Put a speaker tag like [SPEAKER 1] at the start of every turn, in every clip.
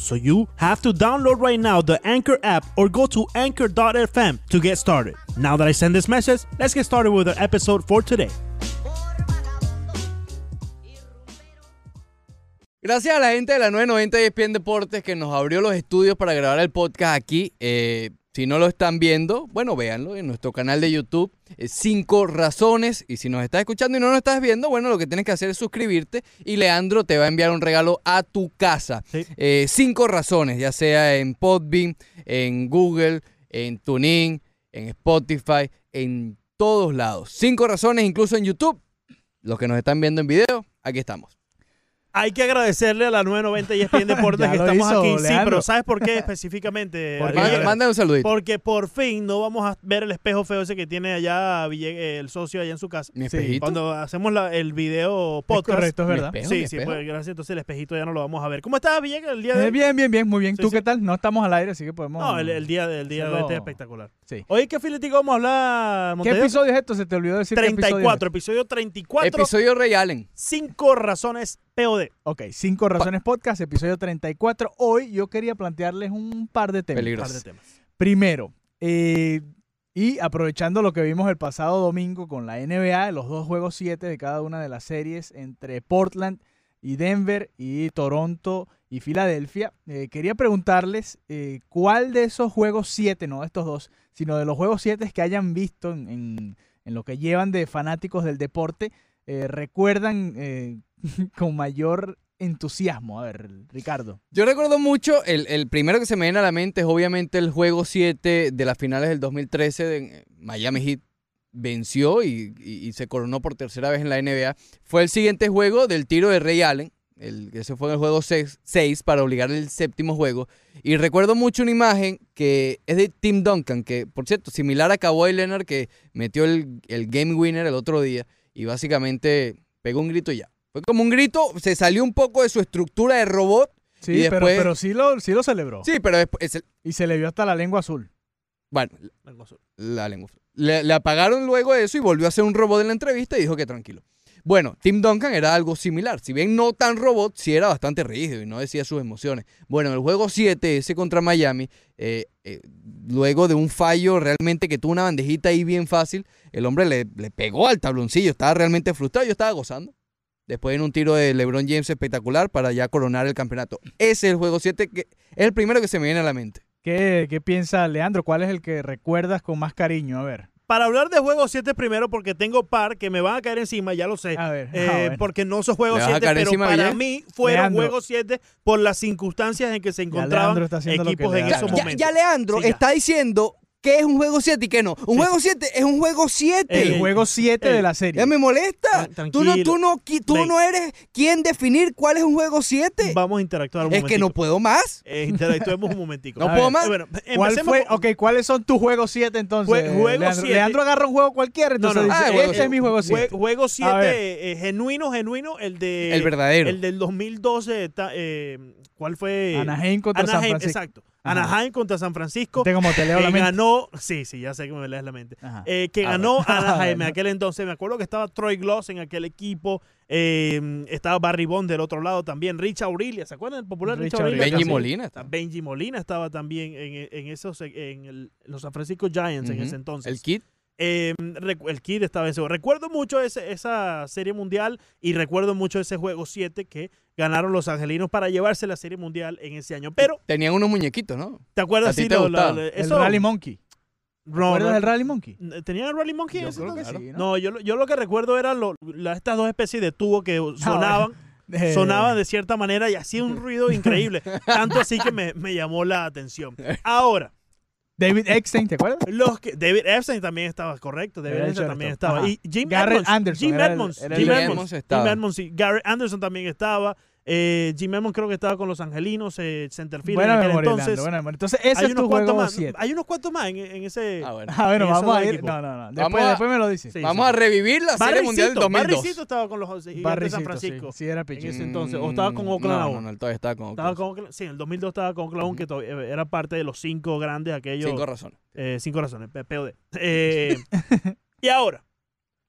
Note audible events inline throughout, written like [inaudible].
[SPEAKER 1] So you have to download right now the Anchor app or go to anchor.fm to get started. Now that I send this message, let's get started with our episode for today.
[SPEAKER 2] Gracias a la gente de la 990 y ESPN Deportes que nos abrió los estudios para grabar el podcast aquí. Eh, si no lo están viendo, bueno, véanlo en nuestro canal de YouTube. eh, cinco razones. Y si nos estás escuchando y no nos estás viendo, bueno, lo que tienes que hacer es suscribirte y Leandro te va a enviar un regalo a tu casa.
[SPEAKER 1] Sí.
[SPEAKER 2] Eh, cinco razones, ya sea en Podbean, en Google, en TuneIn, en Spotify, en todos lados. Cinco razones, incluso en YouTube. Los que nos están viendo en video, aquí estamos.
[SPEAKER 1] Hay que agradecerle a la 990 y [laughs] ESPN Deportes
[SPEAKER 3] Ya
[SPEAKER 1] que
[SPEAKER 3] lo
[SPEAKER 1] estamos
[SPEAKER 3] hizo,
[SPEAKER 1] aquí. Sí,
[SPEAKER 3] Leandro.
[SPEAKER 1] pero ¿sabes [laughs] por qué específicamente?
[SPEAKER 3] ¿Por
[SPEAKER 1] Ariel?
[SPEAKER 3] qué?
[SPEAKER 2] Manda- Manda un saludito.
[SPEAKER 1] Porque por fin no vamos a ver el espejo feo ese que tiene allá Ville- el socio allá en su casa.
[SPEAKER 2] Mi
[SPEAKER 3] Sí,
[SPEAKER 2] espejito.
[SPEAKER 1] Cuando hacemos la- el video
[SPEAKER 3] Es
[SPEAKER 1] podcast.
[SPEAKER 3] correcto, es
[SPEAKER 2] Mi
[SPEAKER 3] verdad.
[SPEAKER 2] espejo, mi
[SPEAKER 1] Sí, sí,
[SPEAKER 2] espejo.
[SPEAKER 1] pues gracias. Entonces el espejito ya no lo vamos a ver. ¿Cómo estás, Villegas, el día de
[SPEAKER 3] Eh,
[SPEAKER 1] hoy?
[SPEAKER 3] Bien, bien, bien, muy bien.
[SPEAKER 1] Sí,
[SPEAKER 3] ¿Tú
[SPEAKER 1] sí.
[SPEAKER 3] qué tal? No estamos al aire, así que podemos.
[SPEAKER 1] No, el, el día, el día de
[SPEAKER 3] Solo-
[SPEAKER 1] este es espectacular.
[SPEAKER 3] Sí.
[SPEAKER 1] Oye, ¿qué filetico vamos a hablar,
[SPEAKER 3] ¿Qué
[SPEAKER 1] Montevideo?
[SPEAKER 3] episodio es esto? Se te olvidó decir qué episodio es.
[SPEAKER 1] 34, episodio 34,
[SPEAKER 2] Episodio Ray Allen.
[SPEAKER 1] cinco razones POD.
[SPEAKER 3] Ok, Cinco Razones Podcast, episodio 34. Hoy yo quería plantearles un par de temas.
[SPEAKER 2] Peligroso.
[SPEAKER 1] Un par de temas.
[SPEAKER 3] Primero, eh, y aprovechando lo que vimos el pasado domingo con la NBA, los dos juegos 7 de cada una de las series entre Portland y Denver y Toronto y Filadelfia, eh, quería preguntarles eh, cuál de esos juegos 7, no de estos dos, sino de los juegos 7 que hayan visto en, en- en lo que llevan de fanáticos del deporte, eh, recuerdan eh, con mayor entusiasmo. A ver, Ricardo.
[SPEAKER 2] Yo recuerdo mucho, el, el primero que se me viene a la mente es obviamente el juego 7 de las finales del 2013 de eh, Miami Heat venció y, y- y se coronó por tercera vez en la NBA. Fue el siguiente juego del tiro de Ray Allen, el, ese fue en el juego 6 para obligar el séptimo juego. Y recuerdo mucho una imagen que es de Tim Duncan, que por cierto, similar a Kawhi Leonard que metió el, el game winner el otro día y básicamente pegó un grito y ya. Fue como un grito, se salió un poco de su estructura de robot
[SPEAKER 3] Sí,
[SPEAKER 2] Y
[SPEAKER 3] pero,
[SPEAKER 2] después-
[SPEAKER 3] pero sí, lo, sí lo celebró.
[SPEAKER 2] Sí, pero después, es el-
[SPEAKER 3] Y se le vio hasta la lengua azul.
[SPEAKER 2] bueno,
[SPEAKER 1] Algo azul.
[SPEAKER 2] la lengua. Le, le apagaron luego eso y volvió a hacer un robot en la entrevista y dijo que tranquilo. Bueno, Tim Duncan era algo similar. Si bien no tan robot, sí era bastante rígido y no decía sus emociones. Bueno, en el juego 7, ese contra Miami, eh, eh, luego de un fallo realmente que tuvo una bandejita ahí bien fácil, el hombre le, le pegó al tabloncillo. Estaba realmente frustrado, yo estaba gozando. Después en un tiro de LeBron James espectacular para ya coronar el campeonato. Ese es el juego 7, que es el primero que se me viene a la mente.
[SPEAKER 3] ¿Qué, qué piensa Leandro? ¿Cuál es el que recuerdas con más cariño? A ver.
[SPEAKER 1] Para hablar de juego 7 primero, porque tengo par que me van a caer encima, ya lo sé.
[SPEAKER 3] A ver.
[SPEAKER 1] Eh,
[SPEAKER 3] ah, bueno.
[SPEAKER 1] Porque no son juegos
[SPEAKER 2] ¿Le vas a
[SPEAKER 1] 7,
[SPEAKER 2] caer
[SPEAKER 1] pero
[SPEAKER 2] encima,
[SPEAKER 1] para
[SPEAKER 2] Villegas?
[SPEAKER 1] mí fueron
[SPEAKER 3] Leandro.
[SPEAKER 1] juegos 7 por las circunstancias en que se encontraban
[SPEAKER 3] Leandro está haciendo lo que
[SPEAKER 1] equipos
[SPEAKER 3] le
[SPEAKER 1] en
[SPEAKER 3] da la
[SPEAKER 1] esos
[SPEAKER 3] gana.
[SPEAKER 2] ya,
[SPEAKER 1] momentos.
[SPEAKER 2] ya Leandro
[SPEAKER 1] Sí, ya.
[SPEAKER 2] está diciendo que es un juego 7 y que no. Un
[SPEAKER 1] Sí.
[SPEAKER 2] juego 7 es un juego 7.
[SPEAKER 3] el
[SPEAKER 1] Ey,
[SPEAKER 3] juego 7
[SPEAKER 1] ey.
[SPEAKER 3] de la serie.
[SPEAKER 2] ya me molesta.
[SPEAKER 1] Tran-
[SPEAKER 2] Tú no, tú,
[SPEAKER 1] tranquilo.
[SPEAKER 2] no, qui- tú
[SPEAKER 1] Ven.
[SPEAKER 2] no eres quien definir cuál es un juego 7.
[SPEAKER 1] Vamos a interactuar un
[SPEAKER 2] Es que no
[SPEAKER 1] momentico.
[SPEAKER 2] puedo más.
[SPEAKER 1] Eh, interactuemos un momentico.
[SPEAKER 2] [laughs] No
[SPEAKER 3] A
[SPEAKER 2] puedo
[SPEAKER 3] ver,
[SPEAKER 1] Eh,
[SPEAKER 2] más.
[SPEAKER 1] bueno,
[SPEAKER 3] ¿Cuál
[SPEAKER 1] empecemos
[SPEAKER 3] fue?
[SPEAKER 1] con-
[SPEAKER 3] Ok, ¿cuáles son tus juegos 7 entonces?
[SPEAKER 1] Jue- juego
[SPEAKER 3] Leandro?
[SPEAKER 1] siete.
[SPEAKER 3] Leandro agarra un juego cualquiera,
[SPEAKER 1] No, no,
[SPEAKER 3] entonces
[SPEAKER 1] eh,
[SPEAKER 2] no.
[SPEAKER 3] dice,
[SPEAKER 2] Ah, juego
[SPEAKER 3] este es
[SPEAKER 2] siete.
[SPEAKER 3] mi juego
[SPEAKER 1] Jue-
[SPEAKER 3] 7.
[SPEAKER 1] Juego
[SPEAKER 3] A
[SPEAKER 1] 7, eh, genuino, genuino, el de...
[SPEAKER 2] Eh, el verdadero.
[SPEAKER 1] El del 2012, ta- eh, ¿cuál fue?
[SPEAKER 3] Anaheim contra San
[SPEAKER 1] Anaheim,
[SPEAKER 3] Francisco.
[SPEAKER 1] exacto.
[SPEAKER 3] Ajá.
[SPEAKER 1] Anaheim contra San Francisco.
[SPEAKER 3] Viste cómo te leo la
[SPEAKER 1] que
[SPEAKER 3] mente.
[SPEAKER 1] ganó, sí, sí, ya sé que me lees la mente.
[SPEAKER 3] Ajá.
[SPEAKER 1] Eh, que
[SPEAKER 2] [laughs] Ah,
[SPEAKER 1] ganó Anaheim en
[SPEAKER 3] bueno.
[SPEAKER 1] aquel entonces. Me acuerdo que estaba Troy Gloss en aquel equipo. eh, estaba Barry Bond del otro lado también. Rich Aurelia, ¿se acuerdan del popular Rich,
[SPEAKER 3] Rich
[SPEAKER 1] Aurelia?
[SPEAKER 3] Aurelia. Benji
[SPEAKER 1] Sí.
[SPEAKER 2] Molina.
[SPEAKER 1] Está- Benji Molina estaba también en, en esos en el- los San Francisco Giants en
[SPEAKER 2] Ujú.
[SPEAKER 1] ese entonces.
[SPEAKER 2] El kit.
[SPEAKER 1] Eh, recu- el Kid estaba en ese juego. Recuerdo mucho ese- esa serie mundial y recuerdo mucho ese juego 7 que ganaron los angelinos para llevarse la serie mundial en ese año. Pero,
[SPEAKER 2] Tenían unos muñequitos, ¿no?
[SPEAKER 1] ¿te acuerdas?
[SPEAKER 2] ¿A ti
[SPEAKER 1] sí,
[SPEAKER 2] te
[SPEAKER 1] lo-
[SPEAKER 2] gustaba?
[SPEAKER 1] lo-
[SPEAKER 3] El
[SPEAKER 1] eso-
[SPEAKER 3] Rally Monkey.
[SPEAKER 1] No,
[SPEAKER 3] ¿Recuerdas
[SPEAKER 1] no-
[SPEAKER 3] el Rally Monkey?
[SPEAKER 1] ¿Tenía el Rally Monkey? en
[SPEAKER 3] Yo
[SPEAKER 1] ese
[SPEAKER 3] creo que
[SPEAKER 1] entonces?
[SPEAKER 3] sí, ¿no?
[SPEAKER 1] No, yo, lo- yo lo que recuerdo eran lo- la- estas dos especies de tubo que sonaban,
[SPEAKER 3] Ah, Eh,
[SPEAKER 1] sonaban de cierta manera y hacía un ruido
[SPEAKER 3] [laughs]
[SPEAKER 1] increíble. Tanto así que me, me llamó la atención. Ahora,
[SPEAKER 3] David Eckstein, ¿te acuerdas?
[SPEAKER 1] los que. David Epstein también estaba correcto. David
[SPEAKER 3] Era el
[SPEAKER 1] Epstein también
[SPEAKER 3] shortstop.
[SPEAKER 1] estaba.
[SPEAKER 3] Ajá.
[SPEAKER 1] Y Jim
[SPEAKER 3] Garrett
[SPEAKER 1] Edmonds.
[SPEAKER 3] Anderson
[SPEAKER 1] Jim
[SPEAKER 3] era el-
[SPEAKER 1] Edmonds.
[SPEAKER 3] era el
[SPEAKER 1] Jim
[SPEAKER 2] Jim
[SPEAKER 1] Edmonds.
[SPEAKER 2] Edmonds
[SPEAKER 1] Jim
[SPEAKER 2] estaba.
[SPEAKER 1] Edmonds, sí. Garrett Anderson también estaba. Eh, Jim Memo creo que estaba con los angelinos, eh, Centerfield.
[SPEAKER 3] Buena
[SPEAKER 1] en aquel
[SPEAKER 3] memoria,
[SPEAKER 1] entonces.
[SPEAKER 3] Orlando, buena memoria. Entonces, ese
[SPEAKER 1] hay
[SPEAKER 3] es
[SPEAKER 1] unos
[SPEAKER 3] tu
[SPEAKER 1] cuantos
[SPEAKER 3] juego
[SPEAKER 1] más.
[SPEAKER 3] 7.
[SPEAKER 1] [laughs] Hay unos cuantos más en, en ese.
[SPEAKER 2] Ah, bueno.
[SPEAKER 3] Ah, bueno,
[SPEAKER 1] Eso
[SPEAKER 3] vamos
[SPEAKER 1] no
[SPEAKER 3] a
[SPEAKER 1] es
[SPEAKER 3] ir.
[SPEAKER 1] equipo.
[SPEAKER 3] No, no, no. Después,
[SPEAKER 2] a-
[SPEAKER 3] después me lo dices.
[SPEAKER 1] Sí,
[SPEAKER 2] Vamos a revivir la Serie Mundial del
[SPEAKER 1] Barricito,
[SPEAKER 2] 2002.
[SPEAKER 1] Barricito estaba con los gigantes de
[SPEAKER 3] Barricito,
[SPEAKER 1] San
[SPEAKER 3] sí,
[SPEAKER 1] Francisco.
[SPEAKER 3] Sí, era
[SPEAKER 1] en
[SPEAKER 3] pichín.
[SPEAKER 1] ese entonces, o estaba con Oakland
[SPEAKER 2] No,
[SPEAKER 1] ahora.
[SPEAKER 2] no, no, él todavía estaba con Oakland.
[SPEAKER 1] Estaba con Oakland- sí, en el 2002 estaba con Oakland,
[SPEAKER 2] Ujú.
[SPEAKER 1] que todavía eh, era parte de los cinco grandes aquellos.
[SPEAKER 2] Cinco razones.
[SPEAKER 1] Eh, cinco razones, P- POD.
[SPEAKER 3] [laughs]
[SPEAKER 1] Eh, y ahora,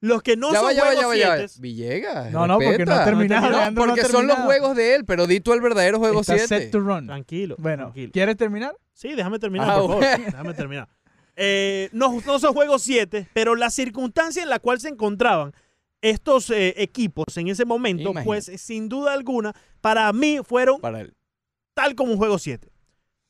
[SPEAKER 1] los que no
[SPEAKER 2] ya
[SPEAKER 1] son
[SPEAKER 2] va, ya va,
[SPEAKER 1] juegos
[SPEAKER 2] ya va, ya va.
[SPEAKER 1] siete,
[SPEAKER 2] Villegas.
[SPEAKER 3] No, no, porque no
[SPEAKER 2] respeta.
[SPEAKER 3] ha terminado.
[SPEAKER 1] No,
[SPEAKER 3] Leandro no ha
[SPEAKER 2] Ah, porque son los
[SPEAKER 3] terminado.
[SPEAKER 2] juegos de él, pero di tú el verdadero juego
[SPEAKER 3] Está set
[SPEAKER 2] 7.
[SPEAKER 3] to run.
[SPEAKER 1] Tranquilo.
[SPEAKER 3] Bueno,
[SPEAKER 1] tranquilo.
[SPEAKER 3] ¿quieres terminar?
[SPEAKER 1] Sí, déjame terminar,
[SPEAKER 2] Ah,
[SPEAKER 1] por favor.
[SPEAKER 2] bueno.
[SPEAKER 1] Déjame terminar. Eh, no, no son juegos 7, pero la circunstancia en la cual se encontraban estos eh, equipos en ese momento,
[SPEAKER 2] Imagínate.
[SPEAKER 1] pues sin duda alguna, para mí fueron
[SPEAKER 2] Para él.
[SPEAKER 1] tal como un juego 7.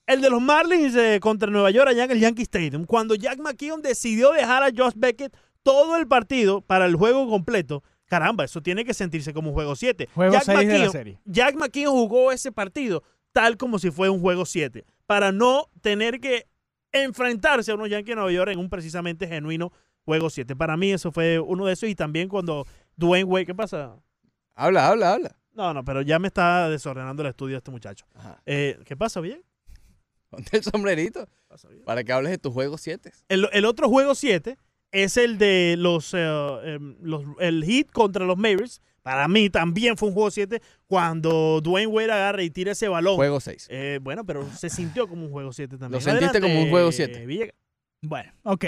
[SPEAKER 1] El de los Marlins eh, contra Nueva York allá en el Yankee Stadium, cuando Jack McKeon decidió dejar a Josh Beckett todo el partido para el juego completo. Caramba, eso tiene que sentirse como un juego 7.
[SPEAKER 3] Juego
[SPEAKER 1] Jack
[SPEAKER 3] 6 de la
[SPEAKER 1] McKeon-
[SPEAKER 3] serie.
[SPEAKER 1] Jack McKeon jugó ese partido tal como si fuera un juego 7, para no tener que enfrentarse a unos Yankees de Nueva York en un precisamente genuino juego 7. Para mí eso fue uno de esos y también cuando Dwayne Wade, ¿qué pasa?
[SPEAKER 2] Habla, habla, habla.
[SPEAKER 1] No, no, pero ya me está desordenando el estudio este muchacho.
[SPEAKER 2] Ajá.
[SPEAKER 1] Eh, ¿Qué pasa, bien?
[SPEAKER 2] Ponte el sombrerito
[SPEAKER 1] Pasa bien.
[SPEAKER 2] para que hables de tus juegos 7.
[SPEAKER 1] El, el otro juego 7 es el de los, eh, em, los- el Heat contra los Mavericks. Para mí también fue un juego 7 cuando Dwayne Wade agarra y tira ese
[SPEAKER 3] Oh.
[SPEAKER 1] balón.
[SPEAKER 2] Juego 6.
[SPEAKER 1] Eh, bueno, pero se sintió como un juego 7 también.
[SPEAKER 2] Lo sentiste como un juego siete.
[SPEAKER 1] Villegas.
[SPEAKER 3] Bueno, ok.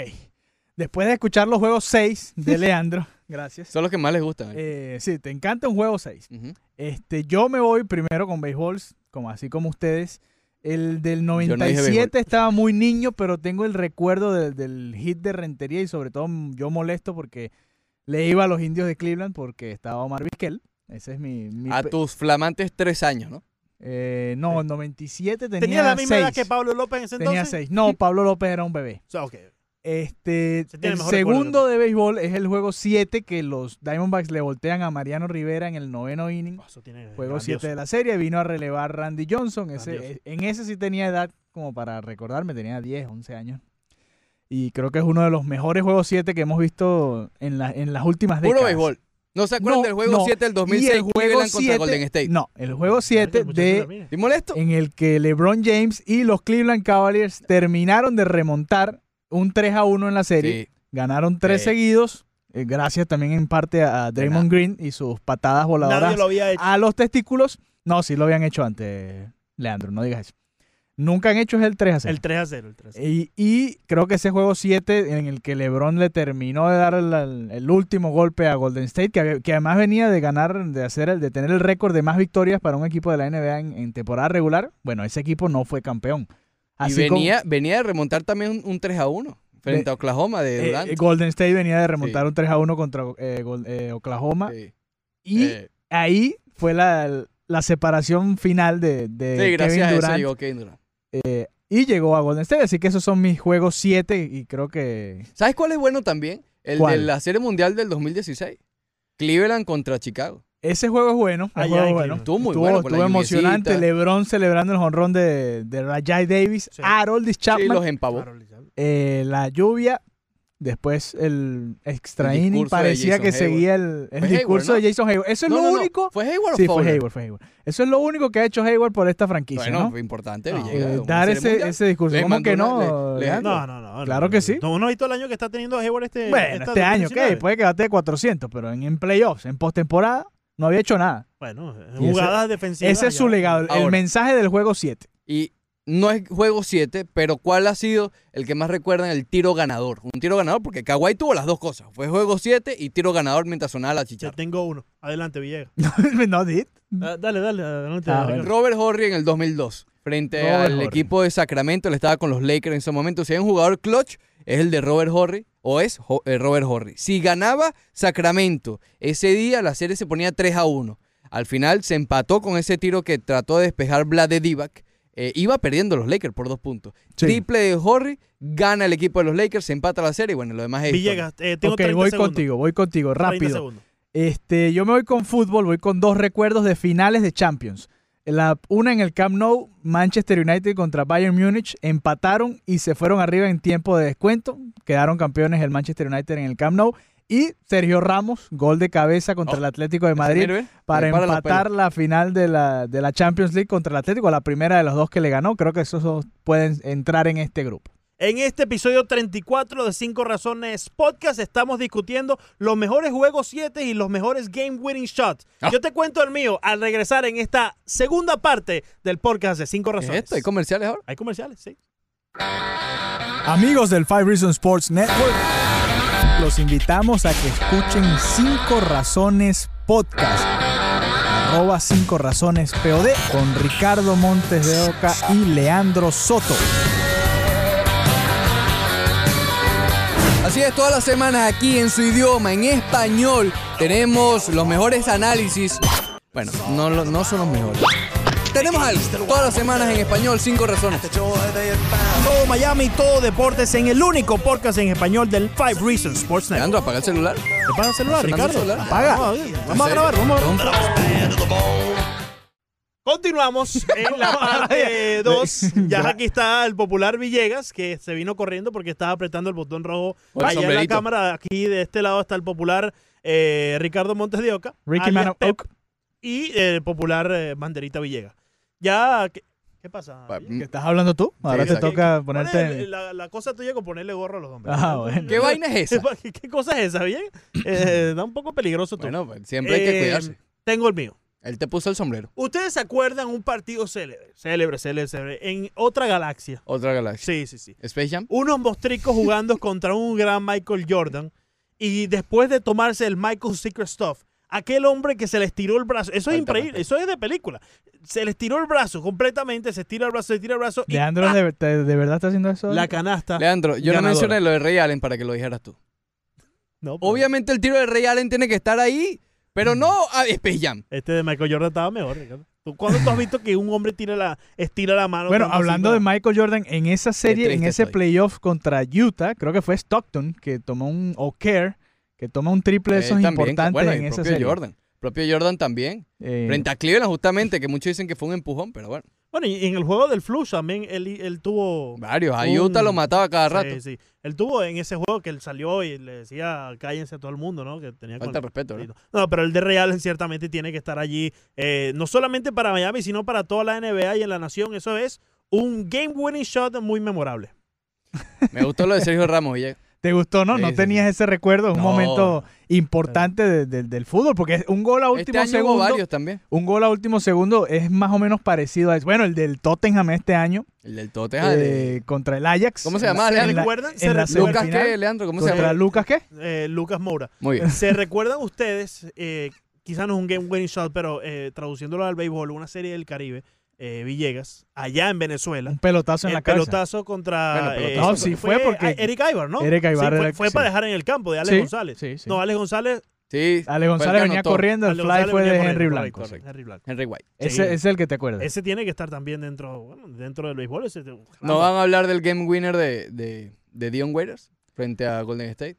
[SPEAKER 3] Después de escuchar los juegos 6
[SPEAKER 2] [laughs]
[SPEAKER 3] de Leandro, gracias.
[SPEAKER 2] Son los que más les gustan. ¿eh?
[SPEAKER 3] Eh, sí, te encanta un juego 6.
[SPEAKER 2] Ujú.
[SPEAKER 3] Este, yo me voy primero con béisbol, como así como ustedes. El del
[SPEAKER 2] dije
[SPEAKER 3] 97
[SPEAKER 2] béisbol.
[SPEAKER 3] estaba muy niño, pero tengo el recuerdo del- del hit de Rentería y sobre todo mm, yo molesto porque le iba a los indios de Cleveland porque estaba Omar Vizquel. Ese es mi... mi
[SPEAKER 2] A
[SPEAKER 3] pe-
[SPEAKER 2] tus flamantes tres años, ¿no?
[SPEAKER 3] eh, no, el 97 tenía,
[SPEAKER 1] Tenía la misma edad
[SPEAKER 3] seis.
[SPEAKER 1] que Pablo López en ese entonces.
[SPEAKER 3] Tenía 6. No, Pablo López era un bebé.
[SPEAKER 1] O sea, ok.
[SPEAKER 3] Este,
[SPEAKER 1] Se tiene
[SPEAKER 3] el
[SPEAKER 1] mejor recuerdo,
[SPEAKER 3] segundo de béisbol es el juego 7 que los Diamondbacks le voltean a Mariano Rivera en el noveno inning.
[SPEAKER 1] Oh, eso tiene
[SPEAKER 3] Juego
[SPEAKER 1] grandioso.
[SPEAKER 3] 7 de la serie, vino a relevar Randy Johnson. Ese,
[SPEAKER 1] Grandioso.
[SPEAKER 3] eh, en ese sí tenía edad como para recordarme, tenía 10, 11 años. Y creo que es uno de los mejores juegos 7 que hemos visto en, la- en las últimas décadas.
[SPEAKER 2] Puro béisbol. ¿No se acuerdan
[SPEAKER 3] No,
[SPEAKER 2] del juego
[SPEAKER 3] no.
[SPEAKER 2] 7 del
[SPEAKER 3] Y
[SPEAKER 2] 2006
[SPEAKER 3] el juego
[SPEAKER 2] Cleveland contra
[SPEAKER 3] 7,
[SPEAKER 2] Golden State?
[SPEAKER 3] No, el juego 7
[SPEAKER 1] Oye, muchacho,
[SPEAKER 3] de
[SPEAKER 1] mira.
[SPEAKER 2] ¿Estoy molesto?
[SPEAKER 3] en el que LeBron James y los Cleveland Cavaliers terminaron de remontar un 3 a 1 en la serie.
[SPEAKER 2] Sí.
[SPEAKER 3] Ganaron tres
[SPEAKER 2] Sí.
[SPEAKER 3] seguidos, eh, gracias también en parte a Draymond Green y sus patadas
[SPEAKER 1] Nadie
[SPEAKER 3] voladoras
[SPEAKER 1] lo había hecho.
[SPEAKER 3] a los testículos. No, sí lo habían hecho antes, Leandro, no digas eso. Nunca han hecho es el 3 a 0.
[SPEAKER 1] el 3 a 0. El 3 a 0.
[SPEAKER 3] Y, y creo que ese juego 7 en el que LeBron le terminó de dar el, el último golpe a Golden State, que, había- que además venía de ganar, de hacer el, de tener el récord de más victorias para un equipo de la NBA en, en temporada regular, bueno, ese equipo no fue campeón.
[SPEAKER 2] Y
[SPEAKER 3] como-
[SPEAKER 2] venía, venía de remontar también un, un 3 a 1 frente
[SPEAKER 3] De-
[SPEAKER 2] a Oklahoma de
[SPEAKER 3] eh,
[SPEAKER 2] Durant.
[SPEAKER 3] Golden State venía de remontar
[SPEAKER 2] Sí.
[SPEAKER 3] un 3 a 1 contra eh, Gol- eh, Oklahoma.
[SPEAKER 2] Sí.
[SPEAKER 3] Y
[SPEAKER 2] Eh,
[SPEAKER 3] ahí fue la, la separación final de, de
[SPEAKER 2] sí,
[SPEAKER 3] eh, Kevin
[SPEAKER 2] gracias a eso
[SPEAKER 3] Durant,
[SPEAKER 2] llegó Kevin Durant.
[SPEAKER 3] eh, y llegó a Golden State. Así que esos son mis juegos 7 y creo que...
[SPEAKER 2] ¿Sabes cuál es bueno también? El de
[SPEAKER 3] ¿Cuál?
[SPEAKER 2] la Serie Mundial del 2016. Cleveland contra Chicago.
[SPEAKER 3] Ese juego es bueno. el
[SPEAKER 1] Allá
[SPEAKER 3] juego es
[SPEAKER 1] en
[SPEAKER 3] bueno.
[SPEAKER 1] Cleveland.
[SPEAKER 2] Estuvo muy
[SPEAKER 3] estuvo
[SPEAKER 2] bueno. con la
[SPEAKER 3] estuvo emocionante.
[SPEAKER 2] lluviecita.
[SPEAKER 3] LeBron celebrando el honrón de, de Rajai Davis.
[SPEAKER 1] Sí.
[SPEAKER 3] Harold Chapman.
[SPEAKER 2] Sí, los empavó.
[SPEAKER 1] Claro, Lizardo.
[SPEAKER 3] eh, la lluvia. Después el extra
[SPEAKER 2] El
[SPEAKER 3] inning,
[SPEAKER 2] discurso de
[SPEAKER 3] Parecía
[SPEAKER 2] Jason
[SPEAKER 3] que
[SPEAKER 2] Hayward.
[SPEAKER 3] seguía el, el
[SPEAKER 2] Hayward,
[SPEAKER 3] discurso
[SPEAKER 2] ¿no?
[SPEAKER 3] de Jason Hayward. Eso es
[SPEAKER 2] No,
[SPEAKER 3] lo
[SPEAKER 2] no, no.
[SPEAKER 3] único.
[SPEAKER 2] ¿Fue Hayward o
[SPEAKER 3] Sí,
[SPEAKER 2] Fowler?
[SPEAKER 3] fue Hayward, fue Hayward. Eso es lo único que ha hecho Hayward por esta franquicia,
[SPEAKER 2] Bueno, pues,
[SPEAKER 3] ¿no?
[SPEAKER 2] fue importante.
[SPEAKER 1] No.
[SPEAKER 2] Villegas,
[SPEAKER 3] Eh,
[SPEAKER 2] una
[SPEAKER 3] dar
[SPEAKER 2] Serie
[SPEAKER 3] ese,
[SPEAKER 2] Mundial.
[SPEAKER 3] ese discurso.
[SPEAKER 2] Le
[SPEAKER 3] ¿Cómo
[SPEAKER 2] mandó
[SPEAKER 3] que
[SPEAKER 2] una-
[SPEAKER 3] no?
[SPEAKER 2] le- le-
[SPEAKER 3] Leandro?
[SPEAKER 1] No, no, no.
[SPEAKER 3] Claro que sí.
[SPEAKER 1] No, no has visto el año que está teniendo Hayward este
[SPEAKER 3] Bueno,
[SPEAKER 1] esta
[SPEAKER 3] este año,
[SPEAKER 1] 2019?
[SPEAKER 3] ¿qué? Puede que bate 400, pero en, en playoffs, en postemporada, no había hecho nada.
[SPEAKER 1] Bueno, eh,
[SPEAKER 3] Y ese-
[SPEAKER 1] jugadas defensivas.
[SPEAKER 3] Ese es
[SPEAKER 1] ya. Ah,
[SPEAKER 3] su legado, el- el
[SPEAKER 2] Ahora.
[SPEAKER 3] mensaje del juego 7.
[SPEAKER 2] Y no es juego 7, pero ¿cuál ha sido el que más recuerdan? El tiro ganador. Un tiro ganador porque Kawhi tuvo las dos cosas. Fue juego 7 y tiro ganador mientras sonaba la
[SPEAKER 1] Ya
[SPEAKER 2] chicharra.
[SPEAKER 1] tengo uno. Adelante,
[SPEAKER 3] [laughs]
[SPEAKER 1] Villegas.
[SPEAKER 3] [laughs] no, Dit.
[SPEAKER 1] Ah, Dale, dale, adelante.
[SPEAKER 3] Ah,
[SPEAKER 1] Ricardo.
[SPEAKER 3] bueno.
[SPEAKER 2] Robert Horry en el 2002 frente
[SPEAKER 3] Robert
[SPEAKER 2] al
[SPEAKER 3] Horry.
[SPEAKER 2] equipo de Sacramento, él estaba con los Lakers en ese momento. Si hay un jugador clutch, es el de Robert Horry o es Ho- eh, Robert Horry. Si ganaba Sacramento, ese día la serie se ponía 3 a 1. Al final se empató con ese tiro que trató de despejar Vlade Divac. Eh, iba perdiendo los Lakers por dos puntos.
[SPEAKER 3] Sí.
[SPEAKER 2] Triple de Horry, gana el equipo de los Lakers, se empata la serie y bueno, lo demás es. historia.
[SPEAKER 1] Villegas, eh, tengo
[SPEAKER 3] ok,
[SPEAKER 1] 30
[SPEAKER 3] voy
[SPEAKER 1] segundos.
[SPEAKER 3] contigo, voy contigo,
[SPEAKER 1] 30
[SPEAKER 3] rápido.
[SPEAKER 1] segundos.
[SPEAKER 3] Este, yo me voy con fútbol, voy con dos recuerdos de finales de Champions. La, una en el Camp Nou, Manchester United contra Bayern Múnich, empataron y se fueron arriba en tiempo de descuento. Quedaron campeones el Manchester United en el Camp Nou. Y Sergio Ramos, gol de cabeza contra
[SPEAKER 2] Oh,
[SPEAKER 3] el Atlético de
[SPEAKER 2] ¿Es un
[SPEAKER 3] Madrid
[SPEAKER 2] héroe?
[SPEAKER 3] para
[SPEAKER 2] Prepara los
[SPEAKER 3] empatar la final de la, de la Champions League contra el Atlético, la primera de los dos que le ganó. Creo que esos dos pueden entrar en este grupo.
[SPEAKER 1] En este episodio 34 de 5 Razones Podcast estamos discutiendo los mejores juegos 7 y los mejores game winning shots.
[SPEAKER 2] Ah.
[SPEAKER 1] Yo te cuento el mío al regresar en esta segunda parte del podcast de 5
[SPEAKER 2] pelos. ¿Qué es
[SPEAKER 1] Razones.
[SPEAKER 2] esto? ¿Hay comerciales ahora?
[SPEAKER 1] Hay comerciales, sí.
[SPEAKER 3] Amigos del Five Reasons Sports Network, los invitamos a que escuchen 5 Razones Podcast. Arroba 5 Razones POD con Ricardo Montes de Oca y Leandro Soto.
[SPEAKER 2] Así es, todas las semanas aquí en su idioma, en español, tenemos los mejores análisis. Bueno, no, lo- no son los mejores. Tenemos algo. Todas las semanas en español, cinco razones.
[SPEAKER 1] Todo Miami, todo deportes en el único podcast en español del Five Reasons Sports Network.
[SPEAKER 2] Leandro, apaga el celular.
[SPEAKER 1] ¿Te pasa el celular,
[SPEAKER 2] Sonando el
[SPEAKER 1] Ricardo?
[SPEAKER 2] celular. Ah,
[SPEAKER 1] Apaga. Vamos a grabar, vamos a grabar. Continuamos en la [laughs] parte 2. Ya aquí está el popular Villegas, que se vino corriendo porque estaba apretando el botón rojo.
[SPEAKER 2] O el
[SPEAKER 1] Allá en la
[SPEAKER 2] sombrerito.
[SPEAKER 1] cámara, aquí de este lado está el popular eh, Ricardo Montes de Oca.
[SPEAKER 3] Ricky
[SPEAKER 1] alias
[SPEAKER 3] Man of
[SPEAKER 1] Pep,
[SPEAKER 3] Oak.
[SPEAKER 1] Y el popular eh, Banderita Villegas. Ya, ¿qué, qué pasa?
[SPEAKER 2] Pa- mm,
[SPEAKER 1] Villegas?
[SPEAKER 3] ¿Estás hablando tú? Ahora
[SPEAKER 2] Sí,
[SPEAKER 3] te
[SPEAKER 2] exacto.
[SPEAKER 3] toca
[SPEAKER 1] ¿Cuál es
[SPEAKER 3] ponerte...
[SPEAKER 1] el- la, la cosa tuya con ponerle gorro a los hombres.
[SPEAKER 3] Ah, bueno.
[SPEAKER 2] ¿Qué vaina es esa?
[SPEAKER 1] [laughs] ¿Qué, qué cosa es esa, bien? Eh, da un poco peligroso tú.
[SPEAKER 2] Bueno, pues, siempre hay que
[SPEAKER 1] Eh,
[SPEAKER 2] cuidarse.
[SPEAKER 1] Tengo el mío.
[SPEAKER 2] Él te puso el sombrero.
[SPEAKER 1] ¿Ustedes se acuerdan un partido célebre? Célebre, célebre, célebre. En otra galaxia.
[SPEAKER 2] Otra galaxia.
[SPEAKER 1] Sí, sí, sí.
[SPEAKER 2] Space Jam.
[SPEAKER 1] Unos mostricos
[SPEAKER 2] [laughs]
[SPEAKER 1] jugando contra un gran Michael Jordan. Y después de tomarse el Michael Secret Stuff, aquel hombre que se les tiró el brazo. Eso es
[SPEAKER 2] Falta
[SPEAKER 1] increíble.
[SPEAKER 2] respeto.
[SPEAKER 1] Eso es de película. Se les tiró el brazo completamente. Se estira el brazo, se tira el brazo. Y
[SPEAKER 3] Leandro,
[SPEAKER 1] ¡pa!
[SPEAKER 3] ¿de, te- de verdad está haciendo eso?
[SPEAKER 1] la canasta.
[SPEAKER 2] Leandro, yo no
[SPEAKER 1] Ganadora.
[SPEAKER 2] mencioné lo de Ray Allen para que lo dijeras tú.
[SPEAKER 1] No, pues, pero
[SPEAKER 2] Obviamente el tiro de Ray Allen tiene que estar ahí, pero no a Space Jam.
[SPEAKER 1] Este de Michael Jordan estaba mejor, Ricardo. ¿Tú, ¿Cuándo tú has visto que un hombre tira la, estira la mano?
[SPEAKER 3] Bueno,
[SPEAKER 1] tanto así
[SPEAKER 3] hablando
[SPEAKER 1] para-
[SPEAKER 3] de Michael Jordan, en esa serie, en
[SPEAKER 2] triste
[SPEAKER 3] ese
[SPEAKER 2] estoy.
[SPEAKER 3] playoff contra Utah, creo que fue Stockton que tomó un, o Kerr, que toma un triple de
[SPEAKER 2] Eh,
[SPEAKER 3] esos
[SPEAKER 2] también,
[SPEAKER 3] importantes
[SPEAKER 2] bueno,
[SPEAKER 3] en
[SPEAKER 2] el
[SPEAKER 3] esa
[SPEAKER 2] propio
[SPEAKER 3] serie.
[SPEAKER 2] Jordan. Propio Jordan también.
[SPEAKER 3] Eh,
[SPEAKER 2] Frente a Cleveland, justamente, que muchos dicen que fue un empujón, pero bueno,
[SPEAKER 1] Bueno, y en el juego del Flush también él, él tuvo.
[SPEAKER 2] varios. A
[SPEAKER 1] Un-
[SPEAKER 2] Utah lo mataba cada rato.
[SPEAKER 1] Sí, sí. Él tuvo en ese juego que él salió y le decía cállense a todo el mundo, ¿no? Que tenía
[SPEAKER 2] Falta de
[SPEAKER 1] con-
[SPEAKER 2] respeto, ¿verdad?
[SPEAKER 1] No, pero el de Real ciertamente tiene que estar allí, eh, no solamente para Miami, sino para toda la NBA y en la nación. Eso es un game winning shot muy memorable.
[SPEAKER 2] Me gustó lo de Sergio
[SPEAKER 3] [laughs]
[SPEAKER 2] Ramos. Villegas.
[SPEAKER 3] ¿Te gustó, no?
[SPEAKER 2] Sí,
[SPEAKER 3] no
[SPEAKER 2] sí,
[SPEAKER 3] tenías ese recuerdo, un
[SPEAKER 2] No.
[SPEAKER 3] momento importante de- de- del fútbol, porque es un gol a
[SPEAKER 2] Este
[SPEAKER 3] último
[SPEAKER 2] año hubo
[SPEAKER 3] segundo.
[SPEAKER 2] varios también.
[SPEAKER 3] Un gol a último segundo es más o menos parecido a eso. Bueno, el del Tottenham este año
[SPEAKER 2] El del Tottenham.
[SPEAKER 3] eh, contra el Ajax.
[SPEAKER 2] ¿Cómo se
[SPEAKER 3] En
[SPEAKER 2] llamaba,
[SPEAKER 3] la-
[SPEAKER 2] Leandro?
[SPEAKER 3] en la-
[SPEAKER 1] ¿Recuerdan?
[SPEAKER 3] en la
[SPEAKER 1] recuerdan-
[SPEAKER 3] semifinal.
[SPEAKER 2] Lucas, ¿qué, Leandro? ¿Cómo se
[SPEAKER 3] ¿Contra
[SPEAKER 2] llama?
[SPEAKER 3] Lucas qué?
[SPEAKER 1] eh, Lucas
[SPEAKER 3] [laughs]
[SPEAKER 1] Moura.
[SPEAKER 2] Muy bien.
[SPEAKER 1] ¿Se recuerdan ustedes? eh, quizás no es un game winning shot, pero eh, traduciéndolo al béisbol, una serie del Caribe, eh, Villegas, allá en Venezuela.
[SPEAKER 3] Un pelotazo en
[SPEAKER 1] el
[SPEAKER 3] la cabeza.
[SPEAKER 1] pelotazo contra
[SPEAKER 2] Bueno, pelotazo.
[SPEAKER 1] eh,
[SPEAKER 2] No,
[SPEAKER 3] sí fue porque-
[SPEAKER 1] ah, Eric Ibar, ¿no?
[SPEAKER 3] Eric Ibar
[SPEAKER 1] Sí,
[SPEAKER 3] era
[SPEAKER 1] fue,
[SPEAKER 3] el-
[SPEAKER 1] fue
[SPEAKER 3] sí.
[SPEAKER 1] para dejar en el campo de Alex
[SPEAKER 3] Sí,
[SPEAKER 1] González.
[SPEAKER 3] sí, sí.
[SPEAKER 1] No, Alex González.
[SPEAKER 2] Sí,
[SPEAKER 3] Ale
[SPEAKER 2] Fue
[SPEAKER 3] González
[SPEAKER 2] el que
[SPEAKER 3] venía
[SPEAKER 2] anotó.
[SPEAKER 3] corriendo, el
[SPEAKER 1] Alex
[SPEAKER 3] fly
[SPEAKER 1] González
[SPEAKER 3] fue
[SPEAKER 1] venía
[SPEAKER 3] de
[SPEAKER 1] corriendo,
[SPEAKER 3] Henry
[SPEAKER 1] correcto,
[SPEAKER 3] Blanco.
[SPEAKER 2] Correcto.
[SPEAKER 1] Henry Blanco.
[SPEAKER 2] Henry White.
[SPEAKER 1] Sí.
[SPEAKER 3] Ese ese es el que te acuerdas.
[SPEAKER 1] Ese tiene que estar también dentro, bueno, dentro del béisbol. ese-
[SPEAKER 2] ¿No van a hablar del game winner de, de, de Dion Waiters frente a Golden State?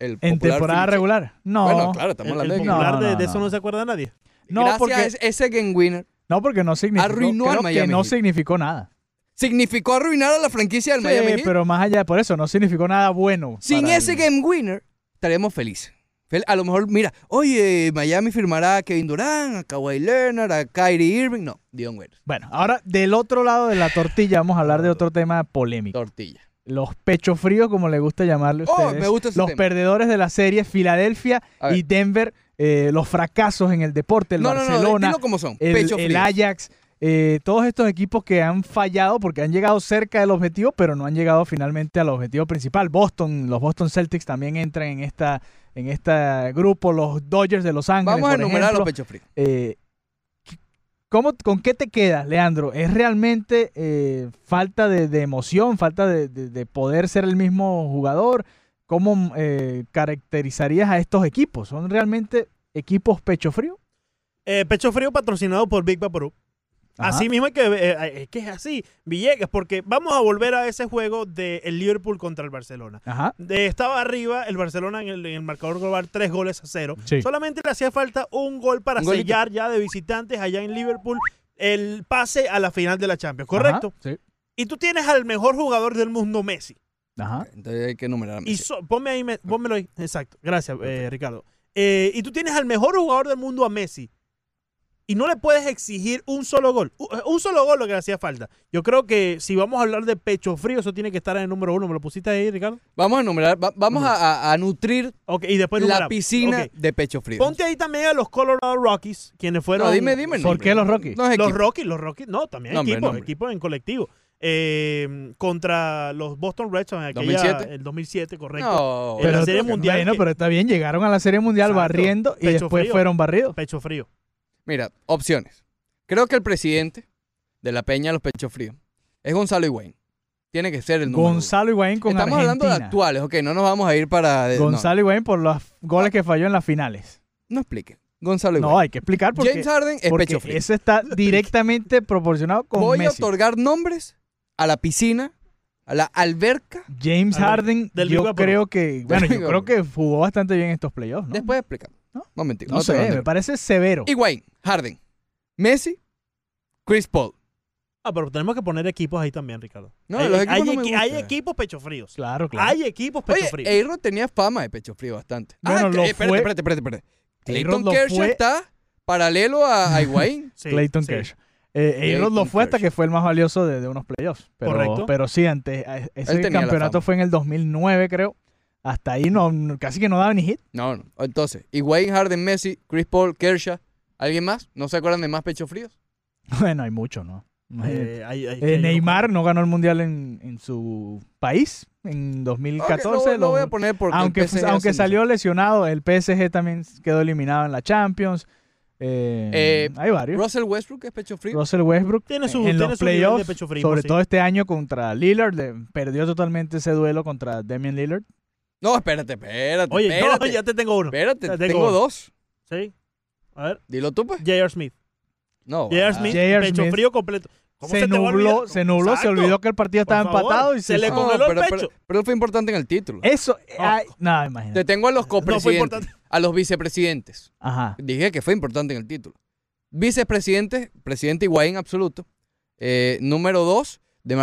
[SPEAKER 2] El
[SPEAKER 3] ¿En
[SPEAKER 2] popular
[SPEAKER 3] temporada
[SPEAKER 2] Philly
[SPEAKER 3] regular? No.
[SPEAKER 2] Chair. Bueno, claro, estamos
[SPEAKER 1] el, el
[SPEAKER 2] hablando de que-
[SPEAKER 1] popular
[SPEAKER 3] No,
[SPEAKER 1] de,
[SPEAKER 3] no,
[SPEAKER 1] de
[SPEAKER 3] no.
[SPEAKER 1] eso no se acuerda nadie.
[SPEAKER 3] No,
[SPEAKER 2] Gracias
[SPEAKER 3] porque-
[SPEAKER 2] a ese- ese game winner
[SPEAKER 3] No, porque no significó,
[SPEAKER 2] Arruinó al
[SPEAKER 3] creo que
[SPEAKER 2] Miami
[SPEAKER 3] no
[SPEAKER 2] Heat.
[SPEAKER 3] significó nada.
[SPEAKER 2] significó arruinar a la franquicia del
[SPEAKER 3] Sí,
[SPEAKER 2] Miami Heat.
[SPEAKER 3] pero más allá de por eso, no significó nada bueno.
[SPEAKER 2] Sin
[SPEAKER 3] para
[SPEAKER 2] ese
[SPEAKER 3] el-
[SPEAKER 2] game winner estaríamos felices. Fel- A lo mejor, mira, oye, Miami firmará a Kevin Durant, a Kawhi Leonard, a Kyrie Irving. No, Dion Waiters.
[SPEAKER 3] Bueno, ahora del otro lado de la tortilla vamos a hablar de otro tema polémico.
[SPEAKER 2] Tortilla.
[SPEAKER 3] Los pechos fríos, como le gusta llamarle a
[SPEAKER 2] Oh,
[SPEAKER 3] ustedes.
[SPEAKER 2] me gusta ese
[SPEAKER 3] los
[SPEAKER 2] tema.
[SPEAKER 3] perdedores de la serie, Filadelfia
[SPEAKER 2] A ver.
[SPEAKER 3] y Denver, eh, los fracasos en el deporte, el
[SPEAKER 2] no, no, no,
[SPEAKER 3] Barcelona,
[SPEAKER 2] dilo como son.
[SPEAKER 3] el,
[SPEAKER 2] Pecho
[SPEAKER 3] el
[SPEAKER 2] frío.
[SPEAKER 3] Ajax, eh, todos estos equipos que han fallado porque han llegado cerca del objetivo, pero no han llegado finalmente al objetivo principal. Boston, los Boston Celtics también entran en esta en este grupo, los Dodgers de Los Ángeles.
[SPEAKER 2] Vamos a
[SPEAKER 3] por
[SPEAKER 2] enumerar
[SPEAKER 3] ejemplo.
[SPEAKER 2] los pechos fríos.
[SPEAKER 3] Eh, ¿cómo- ¿Con qué te quedas, Leandro? ¿Es realmente eh, falta de, de emoción, falta de, de- de poder ser el mismo jugador? ¿Cómo eh, caracterizarías a estos equipos? ¿Son realmente equipos pecho frío?
[SPEAKER 1] Eh, Pecho Frío patrocinado por Big Vaporú.
[SPEAKER 3] Ajá.
[SPEAKER 1] Así mismo es que, eh, es que es así, Villegas, porque vamos a volver a ese juego del Liverpool contra el Barcelona.
[SPEAKER 3] Ajá.
[SPEAKER 1] De- estaba arriba el Barcelona en el, en el marcador global, tres goles a cero.
[SPEAKER 3] Sí.
[SPEAKER 1] Solamente le hacía falta un gol para
[SPEAKER 2] Un golito.
[SPEAKER 1] sellar ya de visitantes allá en Liverpool el pase a la final de la Champions, ¿correcto?
[SPEAKER 3] Ajá, sí.
[SPEAKER 1] Y tú tienes al mejor jugador del mundo, Messi.
[SPEAKER 3] Ajá.
[SPEAKER 2] Entonces hay que numerar a
[SPEAKER 1] Y
[SPEAKER 2] Messi.
[SPEAKER 1] so- ponme ahí, me- pónmelo ahí. Exacto. Gracias, eh, Ricardo. Eh, y tú tienes al mejor jugador del mundo a Messi. Y no le puedes exigir un solo gol. U- eh, Un solo gol lo que le hacía falta. Yo creo que si vamos a hablar de pecho frío, eso tiene que estar en el número uno. ¿Me lo pusiste ahí, Ricardo?
[SPEAKER 2] Vamos a numerar, va- vamos a, a- a nutrir
[SPEAKER 1] Ok, y después
[SPEAKER 2] la
[SPEAKER 1] numeramos.
[SPEAKER 2] piscina
[SPEAKER 1] Ok.
[SPEAKER 2] de pecho frío.
[SPEAKER 1] Ponte ahí también a los Colorado Rockies, quienes fueron.
[SPEAKER 2] no, dime, dime. el
[SPEAKER 3] ¿Por
[SPEAKER 2] nombre.
[SPEAKER 3] qué los Rockies?
[SPEAKER 2] No es
[SPEAKER 1] Los
[SPEAKER 2] equipo.
[SPEAKER 1] Rockies, los Rockies. No, también
[SPEAKER 2] Nombre,
[SPEAKER 1] equipo,
[SPEAKER 2] nombre.
[SPEAKER 1] equipo en colectivo. Eh, contra los Boston Red Sox en aquella,
[SPEAKER 2] 2007.
[SPEAKER 1] el 2007, correcto.
[SPEAKER 2] No,
[SPEAKER 1] En la Serie
[SPEAKER 2] creo
[SPEAKER 3] Pero-
[SPEAKER 2] que no.
[SPEAKER 1] Mundial
[SPEAKER 3] Bueno,
[SPEAKER 1] que-
[SPEAKER 3] pero está bien, llegaron a la Serie Mundial
[SPEAKER 1] Exacto.
[SPEAKER 3] barriendo y
[SPEAKER 1] Pecho
[SPEAKER 3] después
[SPEAKER 1] frío.
[SPEAKER 3] fueron barridos.
[SPEAKER 1] Pecho frío.
[SPEAKER 2] Mira, opciones. Creo que el presidente de la Peña de los Pechos Fríos es Gonzalo Higuaín. Tiene que ser el número uno.
[SPEAKER 3] Gonzalo Higuaín con
[SPEAKER 2] Estamos
[SPEAKER 3] Argentina.
[SPEAKER 2] hablando de actuales, ok, no nos vamos a ir para... de- no,
[SPEAKER 3] Gonzalo Higuaín por los goles que falló en las finales.
[SPEAKER 2] No, explique. Gonzalo Higuaín.
[SPEAKER 3] No, hay que explicar porque,
[SPEAKER 2] James Harden es
[SPEAKER 3] porque
[SPEAKER 2] pecho frío.
[SPEAKER 3] eso está directamente proporcionado con
[SPEAKER 2] Voy
[SPEAKER 3] Messi.
[SPEAKER 2] a otorgar nombres a la piscina, a la alberca.
[SPEAKER 3] James
[SPEAKER 1] A ver,
[SPEAKER 3] Harden,
[SPEAKER 1] del
[SPEAKER 3] yo
[SPEAKER 1] Liverpool.
[SPEAKER 3] creo que, bueno, yo
[SPEAKER 2] Liverpool.
[SPEAKER 3] creo que jugó bastante bien estos playoffs, ¿no?
[SPEAKER 2] Después explicamos.
[SPEAKER 3] No.
[SPEAKER 2] Momentico.
[SPEAKER 3] no,
[SPEAKER 2] no te
[SPEAKER 3] sé,
[SPEAKER 2] lo
[SPEAKER 3] me
[SPEAKER 2] digo.
[SPEAKER 3] parece severo.
[SPEAKER 2] Higuaín, Harden, Messi, Chris Paul.
[SPEAKER 1] Ah, pero tenemos que poner equipos ahí también, Ricardo.
[SPEAKER 2] No,
[SPEAKER 1] hay,
[SPEAKER 2] los equipos
[SPEAKER 1] hay
[SPEAKER 2] no me
[SPEAKER 1] equi- hay
[SPEAKER 2] gustan.
[SPEAKER 1] equipos pecho fríos.
[SPEAKER 3] Claro, claro. eh,
[SPEAKER 1] Hay equipos pecho
[SPEAKER 2] Oye,
[SPEAKER 1] fríos.
[SPEAKER 2] Eiro tenía fama de pecho frío bastante.
[SPEAKER 3] Bueno,
[SPEAKER 2] ah,
[SPEAKER 3] lo
[SPEAKER 2] eh, espérate,
[SPEAKER 3] fue-
[SPEAKER 2] espérate, espérate, espérate. Clayton
[SPEAKER 3] lo
[SPEAKER 2] Kershaw
[SPEAKER 3] fue-
[SPEAKER 2] está paralelo a,
[SPEAKER 3] [laughs]
[SPEAKER 2] a Higuaín.
[SPEAKER 1] Sí,
[SPEAKER 3] Clayton
[SPEAKER 1] sí.
[SPEAKER 3] Kershaw. Eh, A-Rod lo
[SPEAKER 2] Clayton
[SPEAKER 3] fue hasta
[SPEAKER 2] Kershaw.
[SPEAKER 3] que fue el más valioso de, de unos playoffs. Pero,
[SPEAKER 1] Correcto.
[SPEAKER 3] Pero sí, antes, eh, ese
[SPEAKER 2] Él tenía la
[SPEAKER 3] campeonato
[SPEAKER 2] fama.
[SPEAKER 3] fue en el 2009, creo. Hasta ahí no, no- casi que no daba ni hit. [laughs]
[SPEAKER 2] No, no. Entonces, Higuaín, Harden, Messi, Chris Paul, Kershaw. ¿Alguien más? ¿No se acuerdan de más pecho fríos?
[SPEAKER 3] Bueno, hay mucho, ¿no? Imagínate.
[SPEAKER 1] Eh, hay- hay-
[SPEAKER 3] Eh,
[SPEAKER 1] hay-
[SPEAKER 3] Neymar no ganó el mundial en, en su país en
[SPEAKER 2] Ok, lo,
[SPEAKER 3] 2014.
[SPEAKER 2] lo
[SPEAKER 3] lo-
[SPEAKER 2] voy a poner porque el
[SPEAKER 3] aunque
[SPEAKER 2] PSG
[SPEAKER 3] aunque
[SPEAKER 2] hace
[SPEAKER 3] salió lesionado, el PSG también quedó eliminado en la Champions. Eh,
[SPEAKER 2] Eh,
[SPEAKER 3] hay
[SPEAKER 2] mucho.
[SPEAKER 3] varios.
[SPEAKER 2] Russell Westbrook es pecho frío.
[SPEAKER 3] Russell Westbrook
[SPEAKER 1] Tiene su,
[SPEAKER 3] en
[SPEAKER 1] tiene
[SPEAKER 3] los
[SPEAKER 1] su nivel de
[SPEAKER 3] playoffs,
[SPEAKER 1] pecho frío.
[SPEAKER 3] sobre
[SPEAKER 1] sí.
[SPEAKER 3] todo este año contra Lillard, le perdió totalmente ese duelo contra Damian Lillard.
[SPEAKER 2] No, espérate, espérate.
[SPEAKER 1] Oye, no,
[SPEAKER 2] espérate,
[SPEAKER 1] ya te tengo uno.
[SPEAKER 2] espérate,
[SPEAKER 1] ya
[SPEAKER 2] tengo,
[SPEAKER 1] tengo uno.
[SPEAKER 2] dos.
[SPEAKER 1] Sí. A ver,
[SPEAKER 2] Dilo tú, pues.
[SPEAKER 1] J.R. Smith.
[SPEAKER 2] No.
[SPEAKER 1] J.R.
[SPEAKER 2] ah,
[SPEAKER 1] Smith,
[SPEAKER 3] J.R.
[SPEAKER 1] pecho
[SPEAKER 3] Smith.
[SPEAKER 1] frío completo. ¿Cómo
[SPEAKER 3] se,
[SPEAKER 1] te va a
[SPEAKER 3] nubló,
[SPEAKER 1] olvidar?
[SPEAKER 3] se nubló, se
[SPEAKER 1] Exacto.
[SPEAKER 3] olvidó que el partido
[SPEAKER 1] Por
[SPEAKER 3] estaba
[SPEAKER 1] favor,
[SPEAKER 3] empatado y
[SPEAKER 1] se
[SPEAKER 3] se,
[SPEAKER 1] le-
[SPEAKER 2] no,
[SPEAKER 1] congeló el
[SPEAKER 2] pero, pero-
[SPEAKER 1] pecho.
[SPEAKER 2] pero fue importante en el título.
[SPEAKER 3] Eso, eh,
[SPEAKER 1] No.
[SPEAKER 3] ay, no,
[SPEAKER 2] Te
[SPEAKER 3] imagínate.
[SPEAKER 2] tengo a los
[SPEAKER 1] No fue
[SPEAKER 2] copresidentes,
[SPEAKER 1] importante.
[SPEAKER 2] a los vicepresidentes.
[SPEAKER 3] Ajá.
[SPEAKER 2] Dije que fue importante en el título. Vicepresidente, presidente Higuaín absoluto. Eh, número dos, de,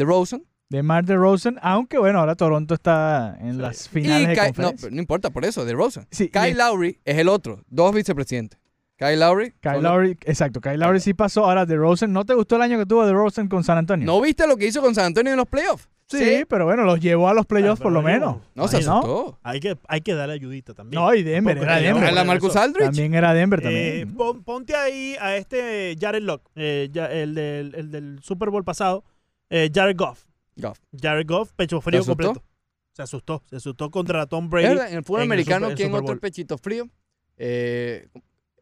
[SPEAKER 2] Rosen.
[SPEAKER 3] De Mar de Rosen, aunque bueno, ahora Toronto está en
[SPEAKER 1] Sí.
[SPEAKER 3] las
[SPEAKER 2] Y
[SPEAKER 3] finales de
[SPEAKER 2] Ky- no,
[SPEAKER 3] conferencia.
[SPEAKER 2] pero no importa, por eso, de Rosen.
[SPEAKER 3] Sí, y
[SPEAKER 2] Kyle
[SPEAKER 3] es-
[SPEAKER 2] Lowry es el otro, dos vicepresidentes. Kyle Lowry.
[SPEAKER 3] Kyle
[SPEAKER 2] son-
[SPEAKER 3] Lowry, exacto, Kyle Lowry sí pasó. Ahora de Rosen, ¿no te gustó el año que tuvo de Rosen con San Antonio?
[SPEAKER 2] ¿No viste lo que hizo con San Antonio en los playoffs?
[SPEAKER 3] Sí, pero bueno, los llevó a los
[SPEAKER 1] Ah,
[SPEAKER 3] playoffs por lo
[SPEAKER 1] pero
[SPEAKER 3] menos.
[SPEAKER 2] No, se
[SPEAKER 1] Ay,
[SPEAKER 3] no.
[SPEAKER 2] asustó.
[SPEAKER 1] Hay que, hay que darle ayudita también.
[SPEAKER 3] No, y Denver,
[SPEAKER 1] Tampoco
[SPEAKER 3] era
[SPEAKER 1] le vamos
[SPEAKER 3] Denver.
[SPEAKER 2] A la
[SPEAKER 1] poner
[SPEAKER 2] Marcus
[SPEAKER 1] eso.
[SPEAKER 2] Aldridge.
[SPEAKER 3] También era Denver
[SPEAKER 1] Eh,
[SPEAKER 3] también.
[SPEAKER 1] pon- ponte ahí a este Jared Locke, eh, ya- el, del, el del Super Bowl pasado, eh, Jared Goff.
[SPEAKER 2] Goff.
[SPEAKER 1] Jared Goff, pecho frío
[SPEAKER 2] asustó?
[SPEAKER 1] completo. Se asustó, se asustó contra Tom
[SPEAKER 2] Es
[SPEAKER 1] Brady.
[SPEAKER 2] verdad, En el fútbol
[SPEAKER 1] en el
[SPEAKER 2] americano,
[SPEAKER 1] Super- el
[SPEAKER 2] ¿quién
[SPEAKER 1] Super
[SPEAKER 2] otro
[SPEAKER 1] Bowl.
[SPEAKER 2] pechito frío? Eh,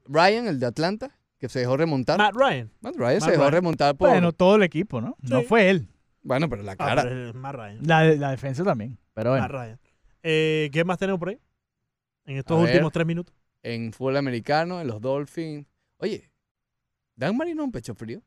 [SPEAKER 2] Ryan, el de Atlanta, que se dejó remontar.
[SPEAKER 1] Matt Ryan.
[SPEAKER 2] Matt Ryan se
[SPEAKER 1] Matt
[SPEAKER 2] dejó
[SPEAKER 1] Ryan.
[SPEAKER 2] remontar por.
[SPEAKER 3] Bueno, todo el equipo, ¿no? No
[SPEAKER 1] Sí.
[SPEAKER 3] fue él.
[SPEAKER 2] Bueno, pero la
[SPEAKER 1] Ah,
[SPEAKER 2] cara.
[SPEAKER 1] pero es Matt Ryan.
[SPEAKER 3] La, la defensa también. Pero bueno.
[SPEAKER 1] Matt Ryan. Eh, ¿Qué más tenemos por ahí? En estos
[SPEAKER 2] A ver.
[SPEAKER 1] últimos tres minutos.
[SPEAKER 2] En fútbol americano, en los Dolphins. Oye, Dan Marino un pecho frío.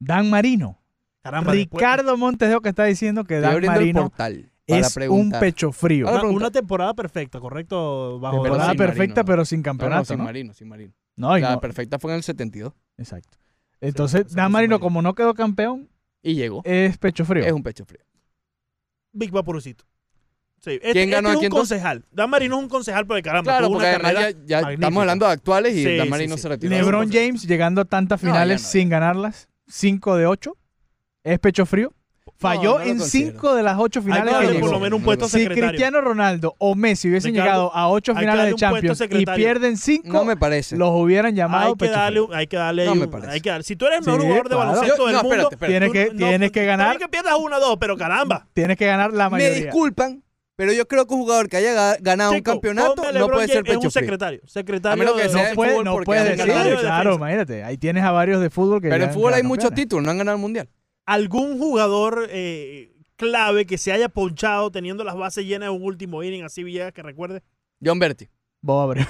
[SPEAKER 3] Dan Marino.
[SPEAKER 1] Caramba, después-
[SPEAKER 3] Ricardo Montes de Oca está diciendo que
[SPEAKER 2] Estoy
[SPEAKER 3] Dan
[SPEAKER 2] abriendo el
[SPEAKER 3] Marino
[SPEAKER 2] portal para
[SPEAKER 3] es un
[SPEAKER 2] preguntar.
[SPEAKER 3] pecho frío.
[SPEAKER 2] Ahora
[SPEAKER 1] una,
[SPEAKER 2] pregunta.
[SPEAKER 1] una temporada perfecta, correcto, bajo
[SPEAKER 2] Temporada
[SPEAKER 3] Temporada
[SPEAKER 2] sin
[SPEAKER 3] perfecta,
[SPEAKER 2] Marino.
[SPEAKER 3] pero sin
[SPEAKER 2] No, no,
[SPEAKER 3] campeonato.
[SPEAKER 2] sin
[SPEAKER 3] No,
[SPEAKER 2] Marino, sin Marino.
[SPEAKER 3] No, y
[SPEAKER 2] la
[SPEAKER 3] no-
[SPEAKER 2] perfecta fue en el 72
[SPEAKER 3] Exacto. Entonces,
[SPEAKER 1] sí,
[SPEAKER 3] Dan
[SPEAKER 1] sin
[SPEAKER 3] Marino,
[SPEAKER 1] Marino.
[SPEAKER 3] como no quedó campeón,
[SPEAKER 2] y llegó.
[SPEAKER 3] es pecho frío.
[SPEAKER 2] Es un pecho frío.
[SPEAKER 1] Big Vaporcito. Sí. Este,
[SPEAKER 2] ¿Quién ganó
[SPEAKER 1] este es un
[SPEAKER 2] aquí entonces?
[SPEAKER 1] concejal. Dan Marino es un concejal porque caramba,
[SPEAKER 2] Claro,
[SPEAKER 1] tuvo
[SPEAKER 2] porque
[SPEAKER 1] una
[SPEAKER 2] además
[SPEAKER 1] carrera
[SPEAKER 2] ya, ya
[SPEAKER 1] magnífica.
[SPEAKER 2] estamos hablando de actuales y
[SPEAKER 1] Sí,
[SPEAKER 2] Dan
[SPEAKER 1] sí,
[SPEAKER 2] Marino
[SPEAKER 1] sí.
[SPEAKER 2] se retiró.
[SPEAKER 3] LeBron
[SPEAKER 1] no sé.
[SPEAKER 3] James llegando a tantas
[SPEAKER 2] No, ya
[SPEAKER 3] finales
[SPEAKER 2] no, ya.
[SPEAKER 3] sin ganarlas, 5 de 8, es pecho frío. Falló
[SPEAKER 2] no lo
[SPEAKER 3] en
[SPEAKER 2] considero.
[SPEAKER 3] 5 de las 8
[SPEAKER 1] Hay que
[SPEAKER 3] finales
[SPEAKER 1] darle
[SPEAKER 3] que
[SPEAKER 2] llegó.
[SPEAKER 1] por lo
[SPEAKER 3] llegó.
[SPEAKER 1] menos un puesto
[SPEAKER 2] Si
[SPEAKER 3] Si
[SPEAKER 1] secretario.
[SPEAKER 3] Cristiano Ronaldo o Messi hubiesen
[SPEAKER 1] Ricardo,
[SPEAKER 3] llegado a 8
[SPEAKER 1] hay que
[SPEAKER 3] finales
[SPEAKER 1] darle
[SPEAKER 3] de
[SPEAKER 1] un puesto
[SPEAKER 3] Champions y
[SPEAKER 1] secretario.
[SPEAKER 3] pierden 5,
[SPEAKER 2] No me parece.
[SPEAKER 3] los hubieran
[SPEAKER 1] hay
[SPEAKER 3] llamado pues,
[SPEAKER 1] que
[SPEAKER 3] pecho
[SPEAKER 1] darle,
[SPEAKER 3] frío.
[SPEAKER 1] hay que darle
[SPEAKER 2] No
[SPEAKER 1] ahí
[SPEAKER 2] me
[SPEAKER 1] un-
[SPEAKER 2] parece.
[SPEAKER 1] hay que darle- si tú eres el mejor
[SPEAKER 3] Sí,
[SPEAKER 1] jugador de
[SPEAKER 3] claro.
[SPEAKER 2] Yo-
[SPEAKER 1] baloncesto del
[SPEAKER 2] no,
[SPEAKER 1] mundo,
[SPEAKER 2] espérate, espérate.
[SPEAKER 3] Tienes que,
[SPEAKER 1] tú no-
[SPEAKER 3] tienes que ganar,
[SPEAKER 1] Está bien que pierdas una o dos, pero caramba.
[SPEAKER 3] tienes que ganar la
[SPEAKER 2] Me
[SPEAKER 3] mayoría.
[SPEAKER 2] disculpan, pero yo creo que un jugador que haya ga- ganado un
[SPEAKER 1] Chico, ponme a
[SPEAKER 2] campeonato no
[SPEAKER 1] LeBron
[SPEAKER 2] puede ser
[SPEAKER 1] James, Es
[SPEAKER 2] pecho
[SPEAKER 1] un
[SPEAKER 2] frío.
[SPEAKER 1] secretario.
[SPEAKER 2] A
[SPEAKER 1] Secretario
[SPEAKER 2] menos que
[SPEAKER 1] de-
[SPEAKER 2] sea
[SPEAKER 3] No
[SPEAKER 2] en
[SPEAKER 3] puede,
[SPEAKER 2] fútbol
[SPEAKER 3] no
[SPEAKER 2] porque
[SPEAKER 3] puede
[SPEAKER 2] han
[SPEAKER 3] decir,
[SPEAKER 2] ganado
[SPEAKER 1] de
[SPEAKER 3] claro,
[SPEAKER 1] defensa.
[SPEAKER 3] imagínate. Ahí tienes a varios de fútbol que
[SPEAKER 2] Pero en
[SPEAKER 3] ya
[SPEAKER 2] fútbol hay
[SPEAKER 3] quedaron
[SPEAKER 2] muchos
[SPEAKER 3] campeones.
[SPEAKER 2] títulos, no han ganado el mundial.
[SPEAKER 1] algún jugador eh, clave que se haya ponchado teniendo las bases llenas de un último inning, así Villegas que recuerde. [laughs]
[SPEAKER 2] John Berti.
[SPEAKER 3] Bob Abreu.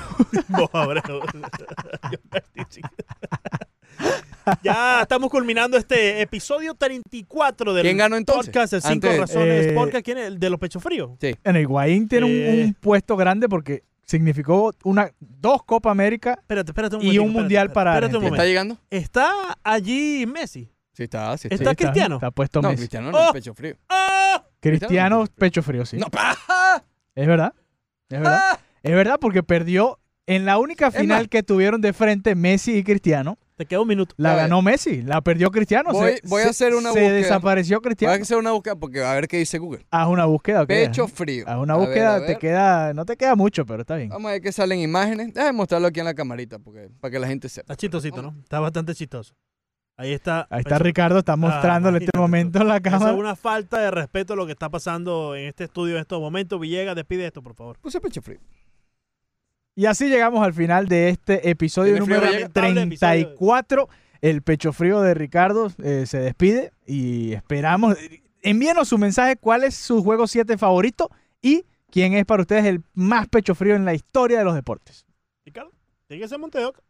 [SPEAKER 1] Vos, Abreu. [laughs] ya estamos culminando este episodio 34 del
[SPEAKER 2] ¿Quién ganó entonces?
[SPEAKER 1] podcast de 5
[SPEAKER 2] Antes-
[SPEAKER 1] razones.
[SPEAKER 3] Eh,
[SPEAKER 1] podcast, ¿quién es? ¿El de los pechos fríos?
[SPEAKER 3] Bueno, Higuaín tiene un,
[SPEAKER 1] Eh.
[SPEAKER 3] un puesto grande porque significó una dos Copa América.
[SPEAKER 1] Espérate, espérate un
[SPEAKER 3] Y
[SPEAKER 1] momentico,
[SPEAKER 3] un
[SPEAKER 1] espérate,
[SPEAKER 3] mundial
[SPEAKER 1] espérate,
[SPEAKER 3] para
[SPEAKER 1] espérate un
[SPEAKER 3] Argentina.
[SPEAKER 2] ¿Está
[SPEAKER 1] momento.
[SPEAKER 2] llegando?
[SPEAKER 1] Está allí Messi.
[SPEAKER 2] Sí, está, sí
[SPEAKER 3] Sí,
[SPEAKER 2] está.
[SPEAKER 1] Cristiano?
[SPEAKER 3] Está puesto
[SPEAKER 2] No,
[SPEAKER 3] Messi.
[SPEAKER 2] Cristiano no es
[SPEAKER 1] ¡Oh!
[SPEAKER 2] pecho frío.
[SPEAKER 1] ¡Ah!
[SPEAKER 3] Cristiano, pecho frío, sí.
[SPEAKER 2] No, [laughs] ¡Ah!
[SPEAKER 3] Es verdad. Es verdad.
[SPEAKER 2] ¡Ah!
[SPEAKER 3] Es verdad porque perdió en la única final
[SPEAKER 2] más-
[SPEAKER 3] que tuvieron de frente Messi y Cristiano.
[SPEAKER 1] Te queda un minuto.
[SPEAKER 3] La
[SPEAKER 2] A ver.
[SPEAKER 3] ganó Messi, la perdió Cristiano.
[SPEAKER 2] Voy-
[SPEAKER 3] se,
[SPEAKER 2] voy a
[SPEAKER 3] se-
[SPEAKER 2] hacer una
[SPEAKER 3] Se
[SPEAKER 2] búsqueda.
[SPEAKER 3] desapareció
[SPEAKER 2] Voy a
[SPEAKER 3] Cristiano.
[SPEAKER 2] hacer una búsqueda porque a ver qué dice Google.
[SPEAKER 3] Haz una búsqueda. ¿ok?
[SPEAKER 2] Pecho frío.
[SPEAKER 1] Ah.
[SPEAKER 3] Haz una
[SPEAKER 2] A ver,
[SPEAKER 3] búsqueda,
[SPEAKER 2] a
[SPEAKER 3] te
[SPEAKER 2] ver.
[SPEAKER 3] queda, no te queda mucho, pero está bien.
[SPEAKER 2] Vamos a ver qué salen imágenes. Déjame mostrarlo aquí en la camarita porque, para que la gente sepa.
[SPEAKER 1] Está chistosito, ¿no? Está bastante chistoso. Ahí está.
[SPEAKER 3] Ahí está
[SPEAKER 1] Pecho-
[SPEAKER 3] Ricardo, está mostrándole en este
[SPEAKER 1] Ah, imagínate tú.
[SPEAKER 3] momento la
[SPEAKER 1] Esa
[SPEAKER 3] cámara.
[SPEAKER 1] es una falta de respeto a lo que está pasando en este estudio en estos momentos. Villegas, despide esto, por favor.
[SPEAKER 2] Puse pecho frío.
[SPEAKER 3] Y así llegamos al final de este episodio
[SPEAKER 2] Tiene frío,
[SPEAKER 3] número
[SPEAKER 2] llega.
[SPEAKER 1] Lamentable episodio.
[SPEAKER 3] 34. El pecho frío de Ricardo eh, se despide y esperamos. Envíenos su mensaje, cuál es su juego 7 favorito y quién es para ustedes el más pecho frío en la historia de los deportes.
[SPEAKER 1] Ricardo, tiene que ser Montedoc.